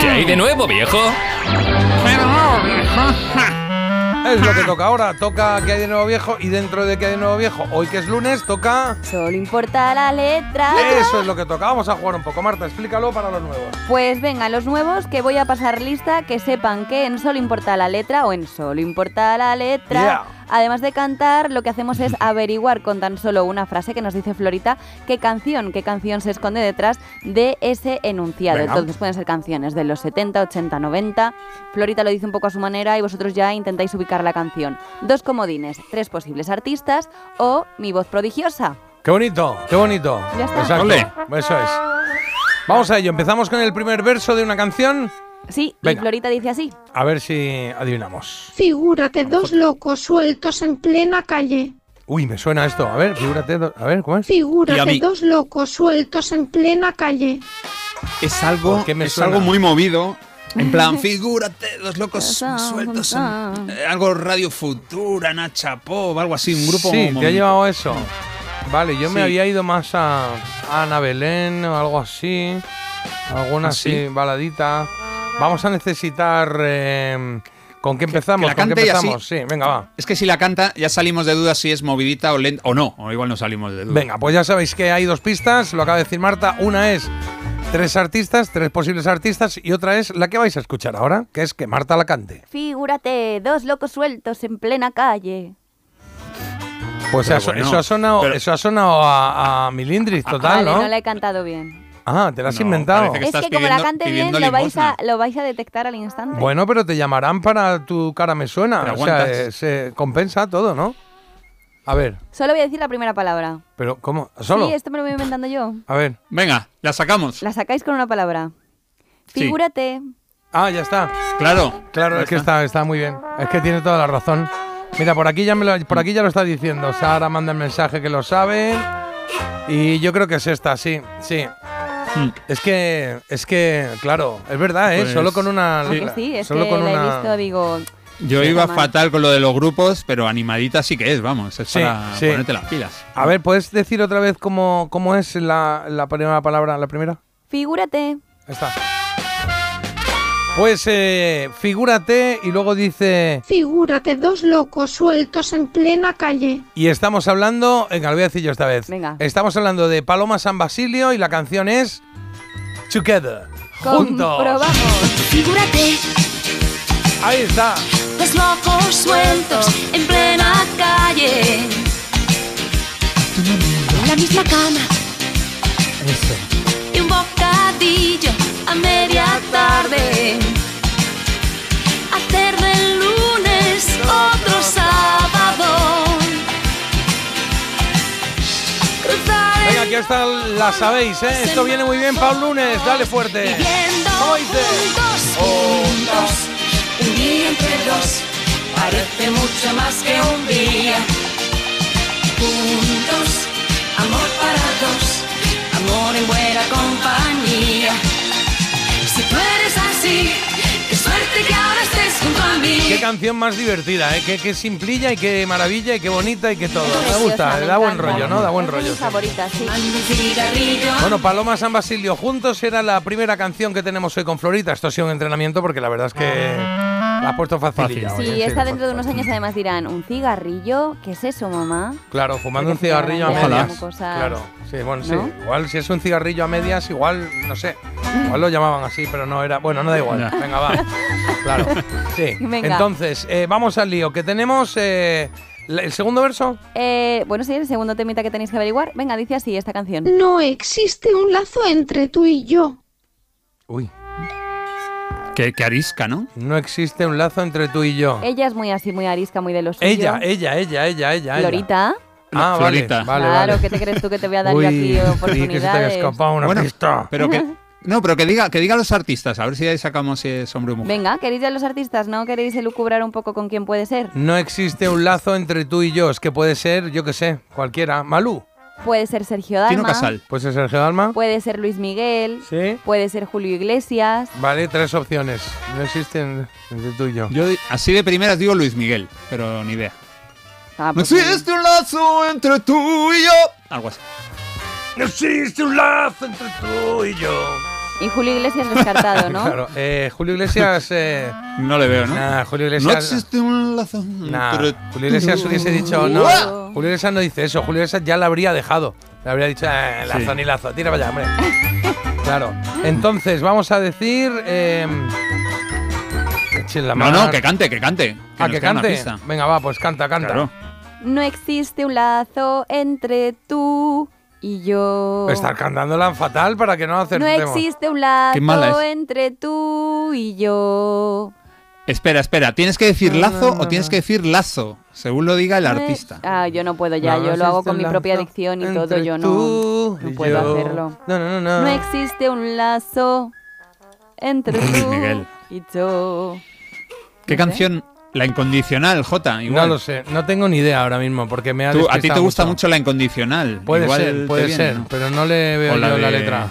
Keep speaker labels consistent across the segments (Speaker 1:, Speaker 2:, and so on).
Speaker 1: ¿Qué hay de nuevo, viejo?
Speaker 2: Es lo que toca ahora. Toca que hay de nuevo viejo y dentro de que hay de nuevo viejo, hoy que es lunes, toca.
Speaker 3: Solo importa la letra.
Speaker 2: Eso es lo que toca. Vamos a jugar un poco, Marta. Explícalo para los nuevos.
Speaker 3: Pues venga, los nuevos que voy a pasar lista, que sepan que en Solo importa la letra o en Solo importa la letra.
Speaker 2: Yeah.
Speaker 3: Además de cantar, lo que hacemos es averiguar con tan solo una frase que nos dice Florita qué canción, qué canción se esconde detrás de ese enunciado.
Speaker 2: Venga.
Speaker 3: Entonces pueden ser canciones de los 70, 80, 90. Florita lo dice un poco a su manera y vosotros ya intentáis ubicar la canción. Dos comodines, tres posibles artistas o mi voz prodigiosa.
Speaker 2: Qué bonito, qué bonito.
Speaker 3: Ya está.
Speaker 2: Exacto.
Speaker 1: Ole.
Speaker 2: Eso es. Vamos a ello. Empezamos con el primer verso de una canción.
Speaker 3: Sí,
Speaker 2: Venga.
Speaker 3: y Florita dice así.
Speaker 2: A ver si adivinamos.
Speaker 4: Figúrate dos locos sueltos en plena calle.
Speaker 2: Uy, me suena esto. A ver, figúrate. do- A ver, ¿cómo es?
Speaker 5: Y a
Speaker 4: Figúrate
Speaker 5: mí.
Speaker 4: dos locos sueltos en plena calle.
Speaker 3: Ah.
Speaker 5: Es algo,
Speaker 2: ¿Por qué me
Speaker 5: es
Speaker 2: suena?
Speaker 5: algo muy movido. En plan, figúrate, los locos sueltos. en- eh, algo Radio Futura, Nacha Pop, algo así, un
Speaker 2: sí,
Speaker 5: grupo
Speaker 2: te
Speaker 5: movido.
Speaker 2: ha llevado eso. Vale, yo me
Speaker 5: Sí.
Speaker 2: había ido más a a Ana Belén o algo así. Alguna
Speaker 5: ¿Ah, sí?
Speaker 2: así, baladita. Vamos a necesitar. eh, ¿Con qué empezamos?
Speaker 5: la
Speaker 2: ¿Con qué
Speaker 5: cante y así.
Speaker 2: empezamos? Sí, venga, va.
Speaker 5: Es que si la canta, ya salimos de duda si es movidita o lenta o no. O igual no salimos de duda.
Speaker 2: Venga, pues ya sabéis que hay dos pistas, lo acaba de decir Marta. Una es tres artistas, tres posibles artistas, y otra es la que vais a escuchar ahora, que es que Marta la cante.
Speaker 3: Figúrate, dos locos sueltos en plena calle.
Speaker 2: Pues
Speaker 5: Pero
Speaker 2: eso,
Speaker 5: bueno,
Speaker 2: eso ha sonado,
Speaker 5: pero- Ah,
Speaker 2: eso ha sonado a, a Milindris, total,
Speaker 3: vale,
Speaker 2: ¿no?
Speaker 3: no la he cantado bien.
Speaker 2: Ah, te la has
Speaker 5: No,
Speaker 2: inventado.
Speaker 5: parece que
Speaker 3: es
Speaker 5: estás
Speaker 3: que como la
Speaker 5: pidiendo-
Speaker 3: cante bien,
Speaker 5: pidiendo
Speaker 3: lo vais, a,
Speaker 5: limosna.
Speaker 3: lo vais a detectar al instante.
Speaker 2: Bueno, pero te llamarán para tu cara me suena.
Speaker 5: Pero
Speaker 2: o sea,
Speaker 5: aguantas.
Speaker 2: eh, se compensa todo, ¿no? A ver,
Speaker 3: Solo voy a decir la primera palabra.
Speaker 2: pero ¿cómo? ¿Solo?
Speaker 3: Sí, esto me lo voy inventando yo.
Speaker 2: A ver.
Speaker 5: Venga, la sacamos.
Speaker 3: La sacáis con una palabra.
Speaker 5: Sí.
Speaker 3: Figúrate.
Speaker 2: Ah, ya está.
Speaker 5: Claro.
Speaker 2: Claro,
Speaker 5: Ya
Speaker 2: es que está, está muy bien. Es que tiene toda la razón. Mira, por aquí ya me lo, por aquí ya lo está diciendo. Sara manda el mensaje que lo sabe. Y yo creo que es esta, sí, sí.
Speaker 5: Mm.
Speaker 2: Es que, es que, claro, es verdad, ¿eh?
Speaker 5: Pues-
Speaker 2: solo con una.
Speaker 3: Ah, que sí, es
Speaker 2: solo
Speaker 3: que
Speaker 2: con
Speaker 3: la
Speaker 2: una-
Speaker 3: he visto, digo.
Speaker 5: Yo
Speaker 3: Sí,
Speaker 5: iba
Speaker 3: mamá.
Speaker 5: fatal con lo de los grupos, pero animadita sí que es, vamos. Es
Speaker 2: Sí,
Speaker 5: para
Speaker 2: sí.
Speaker 5: ponerte las pilas.
Speaker 2: A ver, ¿puedes decir otra vez cómo, cómo es la, la primera palabra, la primera?
Speaker 3: Figúrate.
Speaker 2: Ahí está. Pues eh, figúrate y luego dice,
Speaker 4: Figúrate dos locos sueltos en plena calle.
Speaker 2: y estamos hablando, venga, lo voy a decir yo esta vez.
Speaker 3: Venga.
Speaker 2: Estamos hablando de Paloma San Basilio y la canción es Together. Juntos.
Speaker 3: Comprobamos.
Speaker 6: Figúrate,
Speaker 2: Ahí está.
Speaker 6: los locos sueltos en plena calle. En la misma cama y un bocadillo a media tarde. Hacer del lunes otro sábado. Cruzar
Speaker 2: Venga,
Speaker 6: el
Speaker 2: aquí está, la sabéis, ¿eh? Esto viene muy bien para un lunes. Dale fuerte.
Speaker 6: Viviendo
Speaker 2: ¿Cómo dice?
Speaker 6: juntos, juntos, un día entre dos, parece mucho más que un día. Juntos, amor para dos, amor en buena compañía. Si tú eres así, qué suerte que ahora estés junto a mí.
Speaker 2: Qué canción más divertida, ¿eh? Qué, qué simplilla y qué maravilla y qué bonita y qué todo.
Speaker 3: Preciosa,
Speaker 2: Me gusta, eh,
Speaker 3: me
Speaker 2: da buen
Speaker 3: encanta.
Speaker 2: rollo, ¿no? Da buen
Speaker 3: Es de
Speaker 2: rollo.
Speaker 3: mis
Speaker 2: sí.
Speaker 3: favoritas, sí.
Speaker 6: Fumando un cigarrillo.
Speaker 2: Bueno, Paloma San Basilio, juntos era la primera canción que tenemos hoy con Florita. Esto ha sido un entrenamiento porque la verdad es que la has puesto facililla,
Speaker 5: Fácil.
Speaker 2: oye,
Speaker 3: Sí,
Speaker 2: sí,
Speaker 3: está
Speaker 2: la
Speaker 3: dentro de
Speaker 2: has
Speaker 3: unos
Speaker 2: puesto
Speaker 3: años, además dirán, ¿un cigarrillo? ¿Qué es eso, mamá?
Speaker 2: fácil. Claro, fumando un
Speaker 3: Porque se quedarán
Speaker 2: cigarrillo a
Speaker 3: ya
Speaker 2: medias.
Speaker 3: como cosas-
Speaker 2: Claro, sí, bueno, sí.
Speaker 3: ¿no?
Speaker 2: Igual si es un cigarrillo a medias, igual, no sé. Igual lo llamaban así, pero no era. Bueno, no da igual.
Speaker 5: Ya.
Speaker 2: Venga, va. Claro. Sí.
Speaker 3: Venga.
Speaker 2: Entonces, eh, vamos al lío. Que tenemos eh, la- el segundo verso.
Speaker 3: Eh, bueno, sí, el segundo temita que tenéis que averiguar. Venga, dice así esta canción.
Speaker 4: No existe un lazo entre tú y yo.
Speaker 2: Uy.
Speaker 5: Que, que arisca, ¿no?
Speaker 2: No existe un lazo entre tú y yo.
Speaker 3: Ella es muy así, muy arisca, muy de los
Speaker 2: Ella, ella, ella, ella, ella. Florita.
Speaker 3: Florita.
Speaker 2: Ah, vale,
Speaker 5: Florita.
Speaker 2: vale,
Speaker 3: claro,
Speaker 2: vale.
Speaker 3: ¿qué te crees tú que te voy a dar yo
Speaker 2: Uy,
Speaker 3: aquí
Speaker 2: sí, que se te haya
Speaker 3: oportunidades?
Speaker 2: escapado una
Speaker 5: Bueno,
Speaker 2: pista.
Speaker 5: Pero que. No, pero que diga, que diga los artistas, a ver si ahí sacamos si es hombre o mujer.
Speaker 3: Venga, ¿queréis ya los artistas? ¿No queréis elucubrar un poco con quién puede ser?
Speaker 2: No existe un lazo entre tú y yo. Es que puede ser, yo que sé, cualquiera. Malú.
Speaker 3: Puede ser Sergio
Speaker 5: Tino
Speaker 3: Dalma.
Speaker 5: Casal.
Speaker 2: Puede ser Sergio Dalma.
Speaker 3: Puede ser Luis Miguel.
Speaker 2: Sí.
Speaker 3: Puede ser Julio Iglesias.
Speaker 2: Vale, tres opciones. No existen entre tú y yo.
Speaker 5: Yo di- así de primeras digo Luis Miguel, pero ni idea.
Speaker 3: Ah,
Speaker 5: No
Speaker 3: pues sí.
Speaker 5: existe un lazo entre tú y yo. Algo así.
Speaker 2: No existe un lazo entre tú y yo.
Speaker 3: Y Julio Iglesias descartado, ¿no?
Speaker 2: Claro, eh, Julio Iglesias. eh,
Speaker 5: No le veo, ¿no?
Speaker 2: nah, Julio
Speaker 5: no
Speaker 2: Iglesias.
Speaker 5: existe un lazo.
Speaker 3: Mm,
Speaker 2: nah,
Speaker 5: entre
Speaker 2: Julio Iglesias
Speaker 5: tú.
Speaker 2: hubiese dicho no.
Speaker 3: Uah.
Speaker 2: Julio Iglesias no dice eso. Julio Iglesias ya la habría dejado. Le habría dicho, eh, lazo
Speaker 5: Sí.
Speaker 2: ni lazo, tira para allá, hombre. claro. Entonces, vamos a decir. Eh, echen la
Speaker 5: No,
Speaker 2: mar.
Speaker 5: no, que cante, que cante.
Speaker 2: Ah,
Speaker 5: nos
Speaker 2: que
Speaker 5: queda una
Speaker 2: cante.
Speaker 5: pista.
Speaker 2: Venga, va, pues canta, canta.
Speaker 5: Claro.
Speaker 3: No existe un lazo entre tú y yo.
Speaker 2: Estar cantándola fatal para que no
Speaker 3: Oh. no
Speaker 2: acertemos.
Speaker 3: existe un
Speaker 5: Qué mala
Speaker 3: lazo
Speaker 5: es.
Speaker 3: entre tú y yo.
Speaker 5: Espera, espera. ¿Tienes que decir lazo o tienes que decir lazo? Según lo diga el
Speaker 3: No
Speaker 5: artista.
Speaker 3: es- Ah, yo no puedo ya, yo lo hago con mi propia dicción y todo, yo no, no puedo hacerlo.
Speaker 2: No, no, no, no.
Speaker 3: No existe un lazo entre tú
Speaker 5: Miguel.
Speaker 3: y yo. no sé.
Speaker 5: ¿Qué canción? La incondicional, J.
Speaker 2: No
Speaker 5: Igual.
Speaker 2: lo sé, no tengo ni idea ahora mismo porque me ha
Speaker 5: Tú- a ti te
Speaker 2: despistado
Speaker 5: gusta mucho la incondicional.
Speaker 2: Puede
Speaker 5: Igual
Speaker 2: ser,
Speaker 5: te
Speaker 2: puede
Speaker 5: viene,
Speaker 2: ser,
Speaker 5: ¿no?
Speaker 2: pero no le veo
Speaker 5: O la
Speaker 2: yo la
Speaker 5: de-
Speaker 2: letra.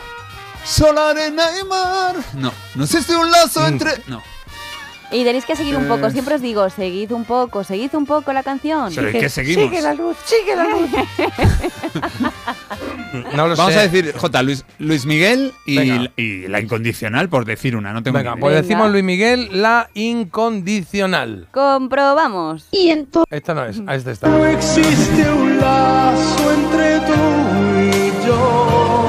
Speaker 5: Sol, arena y mar. No, no existe un lazo entre. No.
Speaker 3: Y tenéis que seguir un poco,
Speaker 5: Eh.
Speaker 3: siempre os digo, seguid un poco, seguid un poco la canción.
Speaker 5: Pero es que seguimos.
Speaker 2: luz, sigue la luz. no lo
Speaker 5: Vamos
Speaker 2: sé.
Speaker 5: a decir, J, Luis, Luis Miguel y,
Speaker 2: Venga.
Speaker 5: y la incondicional, por decir una, no tengo
Speaker 2: Venga,
Speaker 5: ni
Speaker 2: pues
Speaker 5: idea.
Speaker 3: Venga.
Speaker 2: decimos Luis Miguel, la incondicional.
Speaker 3: Comprobamos.
Speaker 4: Y entonces
Speaker 2: Esta no es, ah, esta está.
Speaker 1: existe un lazo entre tú y yo.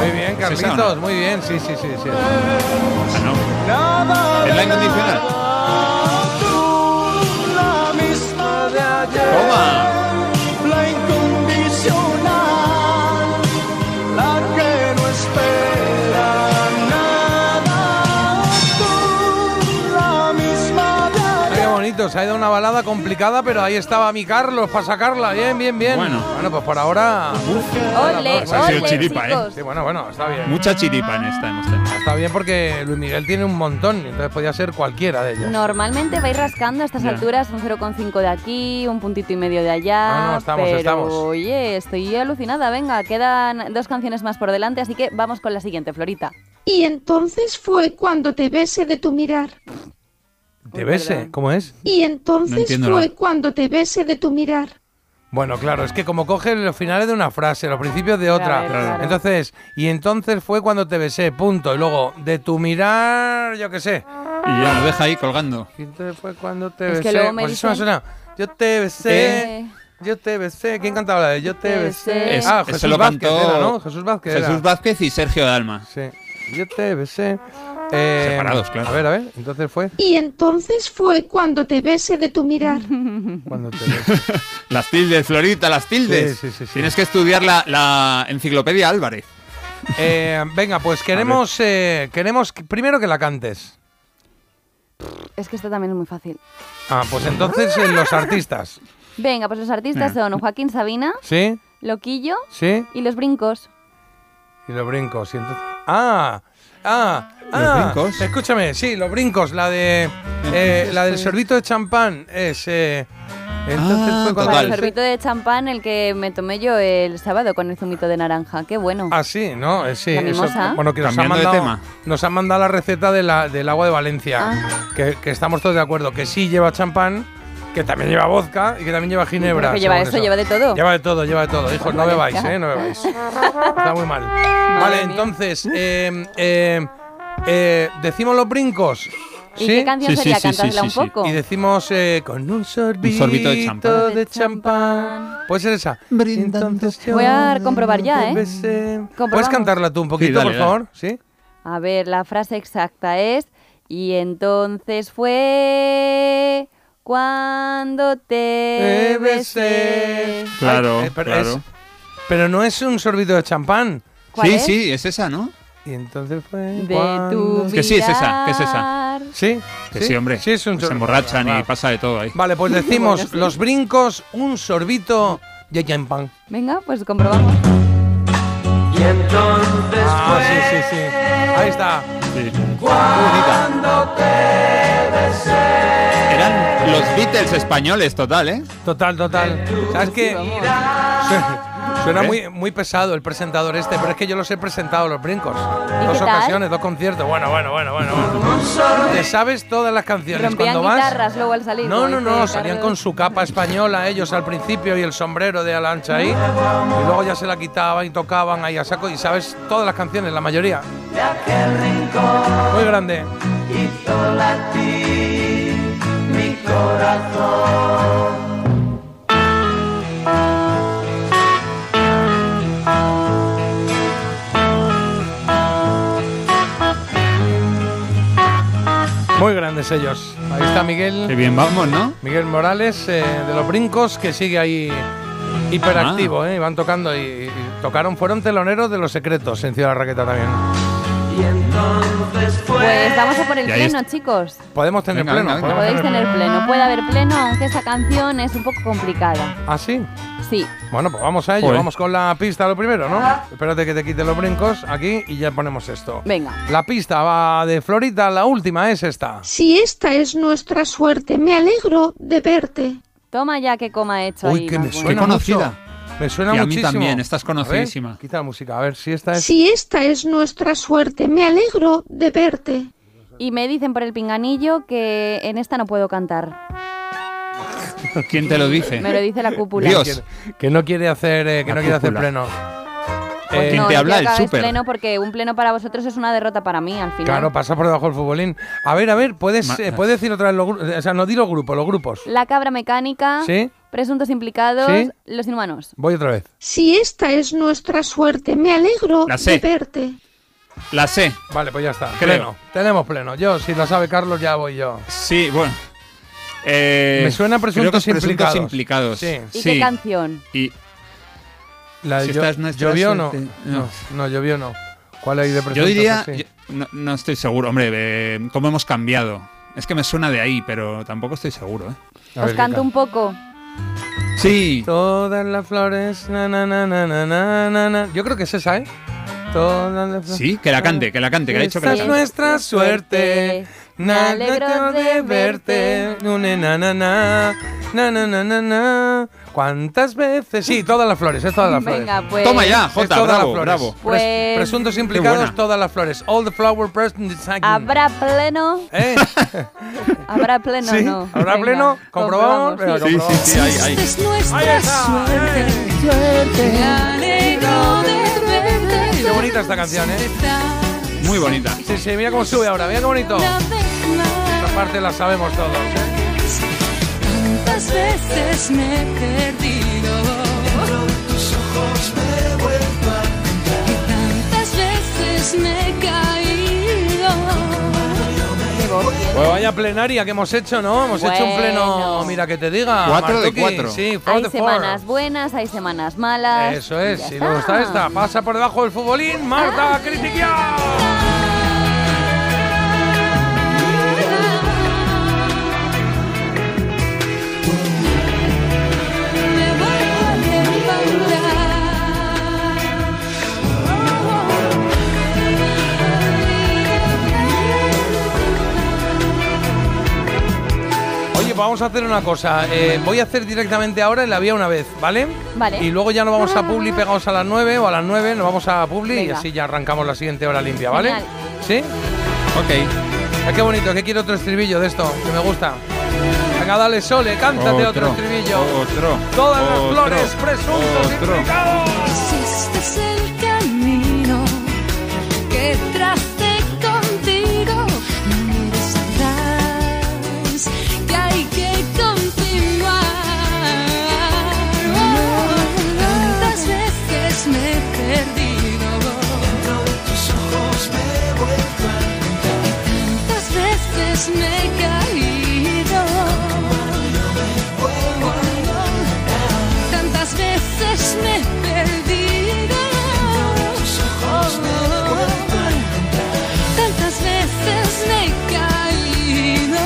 Speaker 2: Muy bien,
Speaker 5: ¿Es esa o no?
Speaker 2: Carlitos, muy bien, sí, sí, sí, sí.
Speaker 5: Ah,
Speaker 1: Nada
Speaker 5: no. Es la
Speaker 1: de
Speaker 5: incondicional.
Speaker 1: nada, tú, la misma de ayer.
Speaker 5: Toma.
Speaker 1: La incondicional, la que no espera nada. Tú, la misma de ayer.
Speaker 2: Qué bonito, se ha ido una balada complicada, pero ahí estaba mi Carlos para sacarla. Bien, bien, bien.
Speaker 5: Bueno.
Speaker 2: pues por ahora.
Speaker 3: Ole,
Speaker 2: pues ha sido
Speaker 3: ole,
Speaker 5: chiripa, ¿eh?
Speaker 3: chicos.
Speaker 2: Sí, bueno, bueno, está bien.
Speaker 5: Mucha chiripa en esta hemos tenido.
Speaker 2: Está bien porque Luis Miguel tiene un montón, entonces podía ser cualquiera de ellas.
Speaker 3: Normalmente vais rascando a estas
Speaker 5: Ya.
Speaker 3: alturas un 0,5 de aquí, un puntito y medio de allá.
Speaker 2: Ah, No, no, estamos,
Speaker 3: pero,
Speaker 2: estamos.
Speaker 3: Oye, estoy alucinada. Venga, quedan dos canciones más por delante, así que vamos con la siguiente, Florita.
Speaker 4: y entonces fue cuando te besé de tu mirar.
Speaker 2: ¿Te bese?
Speaker 3: perdón.
Speaker 2: ¿Cómo es?
Speaker 4: Y entonces
Speaker 5: entiendo
Speaker 4: fue
Speaker 5: nada.
Speaker 4: cuando te besé de tu mirar.
Speaker 2: Bueno, claro, es que como coge los finales de una frase, los principios de otra.
Speaker 3: Claro, claro.
Speaker 2: Entonces, y entonces fue cuando te besé, punto. Y luego, de tu mirar, yo qué sé.
Speaker 5: Y ya lo deja ahí colgando.
Speaker 2: Y entonces fue cuando te
Speaker 3: Es que
Speaker 2: besé.
Speaker 3: luego me
Speaker 2: Pues eso me
Speaker 3: dicen-
Speaker 2: suena. Yo te besé.
Speaker 3: Eh.
Speaker 2: Yo te besé. ¿Quién cantaba la de Yo te
Speaker 3: Te
Speaker 2: besé?
Speaker 3: besé. Es-
Speaker 2: ah,
Speaker 5: eso
Speaker 2: Jesús
Speaker 5: lo
Speaker 2: Vázquez
Speaker 5: cantó-
Speaker 2: era, ¿no? Jesús Vázquez era.
Speaker 5: Jesús Vázquez y Sergio Dalma.
Speaker 2: Sí. Yo te besé. Eh,
Speaker 5: Separados, claro.
Speaker 2: A ver, a ver. Entonces fue
Speaker 4: Y entonces fue cuando te besé de tu mirar.
Speaker 2: cuando te besé.
Speaker 5: Las tildes, Florita, las tildes.
Speaker 2: Sí, sí, sí, sí.
Speaker 5: Tienes que estudiar la, la enciclopedia Álvarez.
Speaker 2: Eh, venga, pues queremos, eh, queremos que- primero que la cantes.
Speaker 3: Es que esta también es muy fácil.
Speaker 2: Ah, pues entonces eh, los artistas.
Speaker 3: Venga, pues los
Speaker 2: Eh.
Speaker 3: artistas
Speaker 5: Venga.
Speaker 3: son Joaquín Sabina,
Speaker 2: ¿Sí?
Speaker 3: Loquillo
Speaker 2: ¿Sí?
Speaker 3: y Los Brincos.
Speaker 2: Y los brincos. y entonces- Ah, ah,
Speaker 5: ¿Los
Speaker 2: ah.
Speaker 5: brincos?
Speaker 2: Escúchame, sí, los brincos. La de eh, la del sorbito de champán es. eh, entonces
Speaker 5: Ah,
Speaker 2: fue cuando.
Speaker 3: Para el
Speaker 5: Total.
Speaker 3: sorbito de champán, el que me tomé yo el sábado con el zumito de naranja. Qué bueno.
Speaker 2: Ah, sí, ¿no? Eh, sí,
Speaker 3: La mimosa.
Speaker 2: bueno, que nos han,
Speaker 5: Cambiando de
Speaker 2: mandado,
Speaker 5: tema.
Speaker 2: nos han mandado la receta de la- del agua de Valencia.
Speaker 3: Ah.
Speaker 2: Que, que estamos todos de acuerdo, que sí lleva champán, que también lleva vodka y que también lleva ginebra.
Speaker 3: Pero que lleva
Speaker 2: según
Speaker 3: eso, lleva de todo.
Speaker 2: Lleva de todo, lleva de todo. Hijos, no
Speaker 3: Vale,
Speaker 2: bebáis,
Speaker 3: ya.
Speaker 2: ¿eh? No bebáis. Está muy mal. vale,
Speaker 3: mía.
Speaker 2: entonces, eh, eh, eh, decimos los brincos.
Speaker 3: ¿Y
Speaker 2: ¿Sí?
Speaker 3: qué canción
Speaker 5: Sí, sí,
Speaker 3: sería?
Speaker 5: sí, sí,
Speaker 3: Cántala
Speaker 5: sí,
Speaker 3: un
Speaker 5: sí.
Speaker 3: poco.
Speaker 2: Y decimos eh, con un sorbito,
Speaker 5: de champán.
Speaker 2: de champán. Puede ser esa.
Speaker 5: Brindando
Speaker 2: yo
Speaker 3: Voy a comprobar ya,
Speaker 2: te
Speaker 3: ¿eh?
Speaker 2: besé. ¿Puedes
Speaker 3: Comprobamos.
Speaker 2: cantarla tú un poquito,
Speaker 5: dale,
Speaker 2: por
Speaker 5: dale.
Speaker 2: favor? ¿Sí?
Speaker 3: A ver, la frase exacta es y entonces fue cuando te
Speaker 2: Te besé.
Speaker 3: besé.
Speaker 5: Claro,
Speaker 2: eh, pero
Speaker 5: claro.
Speaker 2: es- pero no es un sorbito de champán.
Speaker 3: ¿Cuál
Speaker 5: sí,
Speaker 3: es?
Speaker 5: sí, es esa, ¿no?
Speaker 2: Y entonces fue
Speaker 3: De
Speaker 2: cuando-
Speaker 3: tu
Speaker 5: Es que sí, es esa, que es esa.
Speaker 3: mirar.
Speaker 2: ¿Sí?
Speaker 5: Que sí, hombre.
Speaker 2: Sí, es un
Speaker 5: se
Speaker 2: sorbito.
Speaker 5: emborrachan
Speaker 2: Va,
Speaker 5: y pasa de todo ahí.
Speaker 2: Vale, pues decimos los brincos, un sorbito de champán.
Speaker 3: Venga, pues comprobamos.
Speaker 2: Ah, sí, sí, sí. Ahí está.
Speaker 5: Sí. Eran los Beatles españoles, total, ¿eh?
Speaker 2: Total, total. ¿Sabes qué? Su- Suena
Speaker 5: ¿Qué?
Speaker 2: muy, muy pesado el presentador este, pero es que yo los he presentado los brincos. Dos
Speaker 3: qué tal?
Speaker 2: ocasiones, dos conciertos. Bueno, bueno, bueno, bueno. bueno. Te sabes todas las canciones.
Speaker 3: Rompían
Speaker 2: Cuando vas-
Speaker 3: guitarras luego al salir.
Speaker 2: No,
Speaker 3: como
Speaker 2: no,
Speaker 3: dice
Speaker 2: no, salían
Speaker 3: Carlos.
Speaker 2: con su capa española ellos al principio y el sombrero de Alancha ahí. Y luego ya se la quitaban y tocaban ahí a saco y sabes todas las canciones, la mayoría. Muy grande. Muy grandes ellos. Ahí está
Speaker 5: Qué
Speaker 2: Miguel.
Speaker 5: bien vamos, ¿no?
Speaker 2: Miguel Morales eh, de los Brincos que sigue ahí hiperactivo,
Speaker 5: Ah.
Speaker 2: eh, y van tocando y, y tocaron, fueron teloneros de los secretos en Ciudad de la Raqueta también.
Speaker 3: Pues vamos a por el
Speaker 5: Y ahí
Speaker 3: pleno, chicos.
Speaker 2: Podemos tener
Speaker 5: Venga,
Speaker 2: pleno.
Speaker 5: venga, venga.
Speaker 2: podemos
Speaker 3: Podéis tener pleno. Puede haber pleno, aunque esa canción es un poco complicada.
Speaker 2: ¿Ah, sí?
Speaker 3: Sí.
Speaker 2: Bueno, pues vamos a ello.
Speaker 5: Joder.
Speaker 2: Vamos con la pista lo primero, ¿no? Espérate que te quite los brincos aquí y ya ponemos esto.
Speaker 3: Venga.
Speaker 2: La pista va de Florita, la última es esta.
Speaker 4: Si esta es nuestra suerte, me alegro de verte.
Speaker 3: Toma ya qué coma he hecho ahí.
Speaker 2: Uy, que me
Speaker 3: Bad Bunny.
Speaker 2: suena
Speaker 5: Qué conocida.
Speaker 2: mucho. Me suena
Speaker 5: Y a mí
Speaker 2: muchísimo.
Speaker 5: también, esta es
Speaker 2: A ver,
Speaker 5: conocidísima.
Speaker 2: Quita la música, a ver si esta es.
Speaker 4: Si esta es nuestra suerte, me alegro de verte.
Speaker 3: Y me dicen por el pinganillo que en esta no puedo cantar.
Speaker 5: ¿Quién te lo dice?
Speaker 3: Me lo dice la cúpula.
Speaker 5: Dios.
Speaker 2: Que no quiere hacer, eh, que
Speaker 5: La
Speaker 2: no quiere hacer
Speaker 5: cúpula.
Speaker 2: pleno.
Speaker 3: Pues
Speaker 2: Eh,
Speaker 5: ¿Quién
Speaker 3: no,
Speaker 5: te
Speaker 3: no
Speaker 5: habla?
Speaker 3: quiero
Speaker 5: El
Speaker 3: que hagáis
Speaker 5: súper.
Speaker 3: pleno porque un pleno para vosotros es una derrota para mí al final.
Speaker 2: Claro, pasa por debajo del futbolín. A ver, a ver, puedes,
Speaker 5: Ma-
Speaker 2: eh, puedes decir otra vez los grupos. O sea, no di los grupos, los grupos.
Speaker 3: La cabra mecánica,
Speaker 2: Sí.
Speaker 3: presuntos implicados,
Speaker 2: Sí.
Speaker 3: los inhumanos.
Speaker 2: Voy otra vez.
Speaker 4: Si esta es nuestra suerte, me alegro
Speaker 5: La
Speaker 4: de
Speaker 5: sé.
Speaker 4: verte.
Speaker 5: La sé.
Speaker 2: Vale, pues ya está.
Speaker 5: Creo.
Speaker 2: Pleno. Tenemos pleno. Yo, si lo sabe Carlos, ya voy yo.
Speaker 5: Sí, bueno. Eh,
Speaker 2: Me suena a
Speaker 5: creo que
Speaker 2: presuntos
Speaker 5: es presuntos
Speaker 2: implicados.
Speaker 5: implicados.
Speaker 2: Sí.
Speaker 3: ¿Y qué canción?
Speaker 5: Y
Speaker 2: La de
Speaker 5: Si
Speaker 2: llo-
Speaker 5: esta es nuestra
Speaker 2: llovió no.
Speaker 5: suerte.
Speaker 2: no.
Speaker 5: No.
Speaker 2: No, llovió no. ¿Cuál hay de
Speaker 5: yo
Speaker 2: presuntos
Speaker 5: diría,
Speaker 2: así?
Speaker 5: yo- no, no estoy seguro, hombre, eh, cómo hemos cambiado. Es que me suena de ahí, pero tampoco estoy seguro. ¿eh?
Speaker 2: A
Speaker 3: Os
Speaker 2: ver,
Speaker 3: canto
Speaker 2: ¿qué
Speaker 3: un poco.
Speaker 5: Todos- Sí,
Speaker 2: Todas las flores. na, na, na, na, na, na, na, na. Yo creo que es esa, ¿eh? Todas las flores.
Speaker 5: que la cante, que la cante, que le he dicho que
Speaker 2: Esta
Speaker 5: la
Speaker 2: es
Speaker 3: Sí.
Speaker 5: cante.
Speaker 2: nuestra suerte.
Speaker 3: Me
Speaker 2: na,
Speaker 3: alegro
Speaker 2: na,
Speaker 3: de
Speaker 2: de verte. Nune, na, na, na. Na, na, na, na, na. ¿Cuántas veces? Sí, todas las flores, es todas las flores.
Speaker 3: Venga, pues.
Speaker 5: Toma
Speaker 2: Es
Speaker 5: ya, Ah, Jota,
Speaker 2: todas las
Speaker 5: bravo,
Speaker 2: flores.
Speaker 5: bravo.
Speaker 2: Pres-
Speaker 3: Pues-
Speaker 2: Presuntos
Speaker 5: buena.
Speaker 2: implicados, todas las flores. All the flower person
Speaker 3: Habrá pleno,
Speaker 2: ¿Eh?
Speaker 3: habrá pleno,
Speaker 2: ¿Sí?
Speaker 3: no.
Speaker 2: ¿Habrá
Speaker 3: Venga,
Speaker 2: pleno? ¿Comprobamos? Venga,
Speaker 3: sí.
Speaker 5: Sí, sí,
Speaker 2: comprobamos.
Speaker 5: sí, ahí, ahí.
Speaker 6: Esta es nuestra suerte.
Speaker 2: eh.
Speaker 6: Me alegro de verte.
Speaker 2: Qué bonita esta canción, ¿eh?
Speaker 5: Muy bonita.
Speaker 2: Sí, sí, mira cómo sube ahora, mira qué bonito.
Speaker 6: Una vez más.
Speaker 2: Esta parte la sabemos todos. ¿eh?
Speaker 6: Tantas veces me he perdido. Que tantas veces me he caído.
Speaker 2: Pues vaya plenaria que hemos hecho, ¿no? Hemos hecho un pleno,
Speaker 3: Bueno.
Speaker 2: mira que te diga.
Speaker 5: Cuatro de
Speaker 2: Martuki.
Speaker 5: cuatro.
Speaker 2: Sí, four
Speaker 3: Hay
Speaker 2: de four.
Speaker 3: semanas buenas, hay semanas malas.
Speaker 2: Eso es,
Speaker 3: Y
Speaker 2: y
Speaker 3: ya
Speaker 2: luego está
Speaker 3: está.
Speaker 2: esta. Pasa por debajo del futbolín, Marta Critiquiao.
Speaker 6: Me vuelvo a levantar.
Speaker 2: Oye, vamos a hacer una cosa. eh, voy a hacer directamente ahora en la vía una vez, ¿vale?
Speaker 3: Vale.
Speaker 2: Y luego ya nos vamos a Publi pegados a las 9 o a las 9 nos vamos a Publi y
Speaker 3: Ah. Venga.
Speaker 2: así ya arrancamos la siguiente hora limpia, ¿vale?
Speaker 3: Genial.
Speaker 2: ¿Sí?
Speaker 5: Ok.
Speaker 2: Ay, qué bonito, que quiero otro estribillo de esto, que me gusta. Venga, dale, Sole, cántate otro, estribillo.
Speaker 5: Otro.
Speaker 2: Todas las
Speaker 5: otro,
Speaker 2: flores, presuntos
Speaker 5: otro.
Speaker 2: implicados.
Speaker 6: Si este es el camino que tracé contigo, no mires atrás, que hay que continuar. Oh, tantas veces me he perdido. Y tantas veces me he caído. Tantas veces me he perdido. Tantas veces me he caído.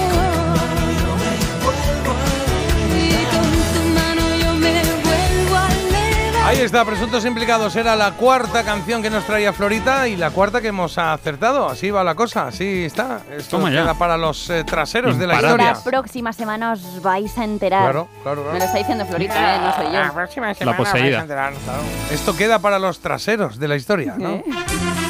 Speaker 6: Y con tu mano yo me vuelvo a levantar.
Speaker 2: Ahí está, Presuntos Implicados. Era la cuarta canción que nos traía Florita y la cuarta que hemos acertado. Así va la cosa, así está. Esto
Speaker 5: Toma ya.
Speaker 2: queda para los eh, traseros de la
Speaker 5: Imparables.
Speaker 3: La
Speaker 2: historia.
Speaker 3: próxima semana os vais a enterar.
Speaker 2: Claro, Ah, claro,
Speaker 3: Me lo
Speaker 2: claro.
Speaker 3: está diciendo Florita, ¿eh? no soy yo.
Speaker 5: La poseída.
Speaker 3: ¿Eh?
Speaker 2: Esto queda para los traseros de la historia, ¿no?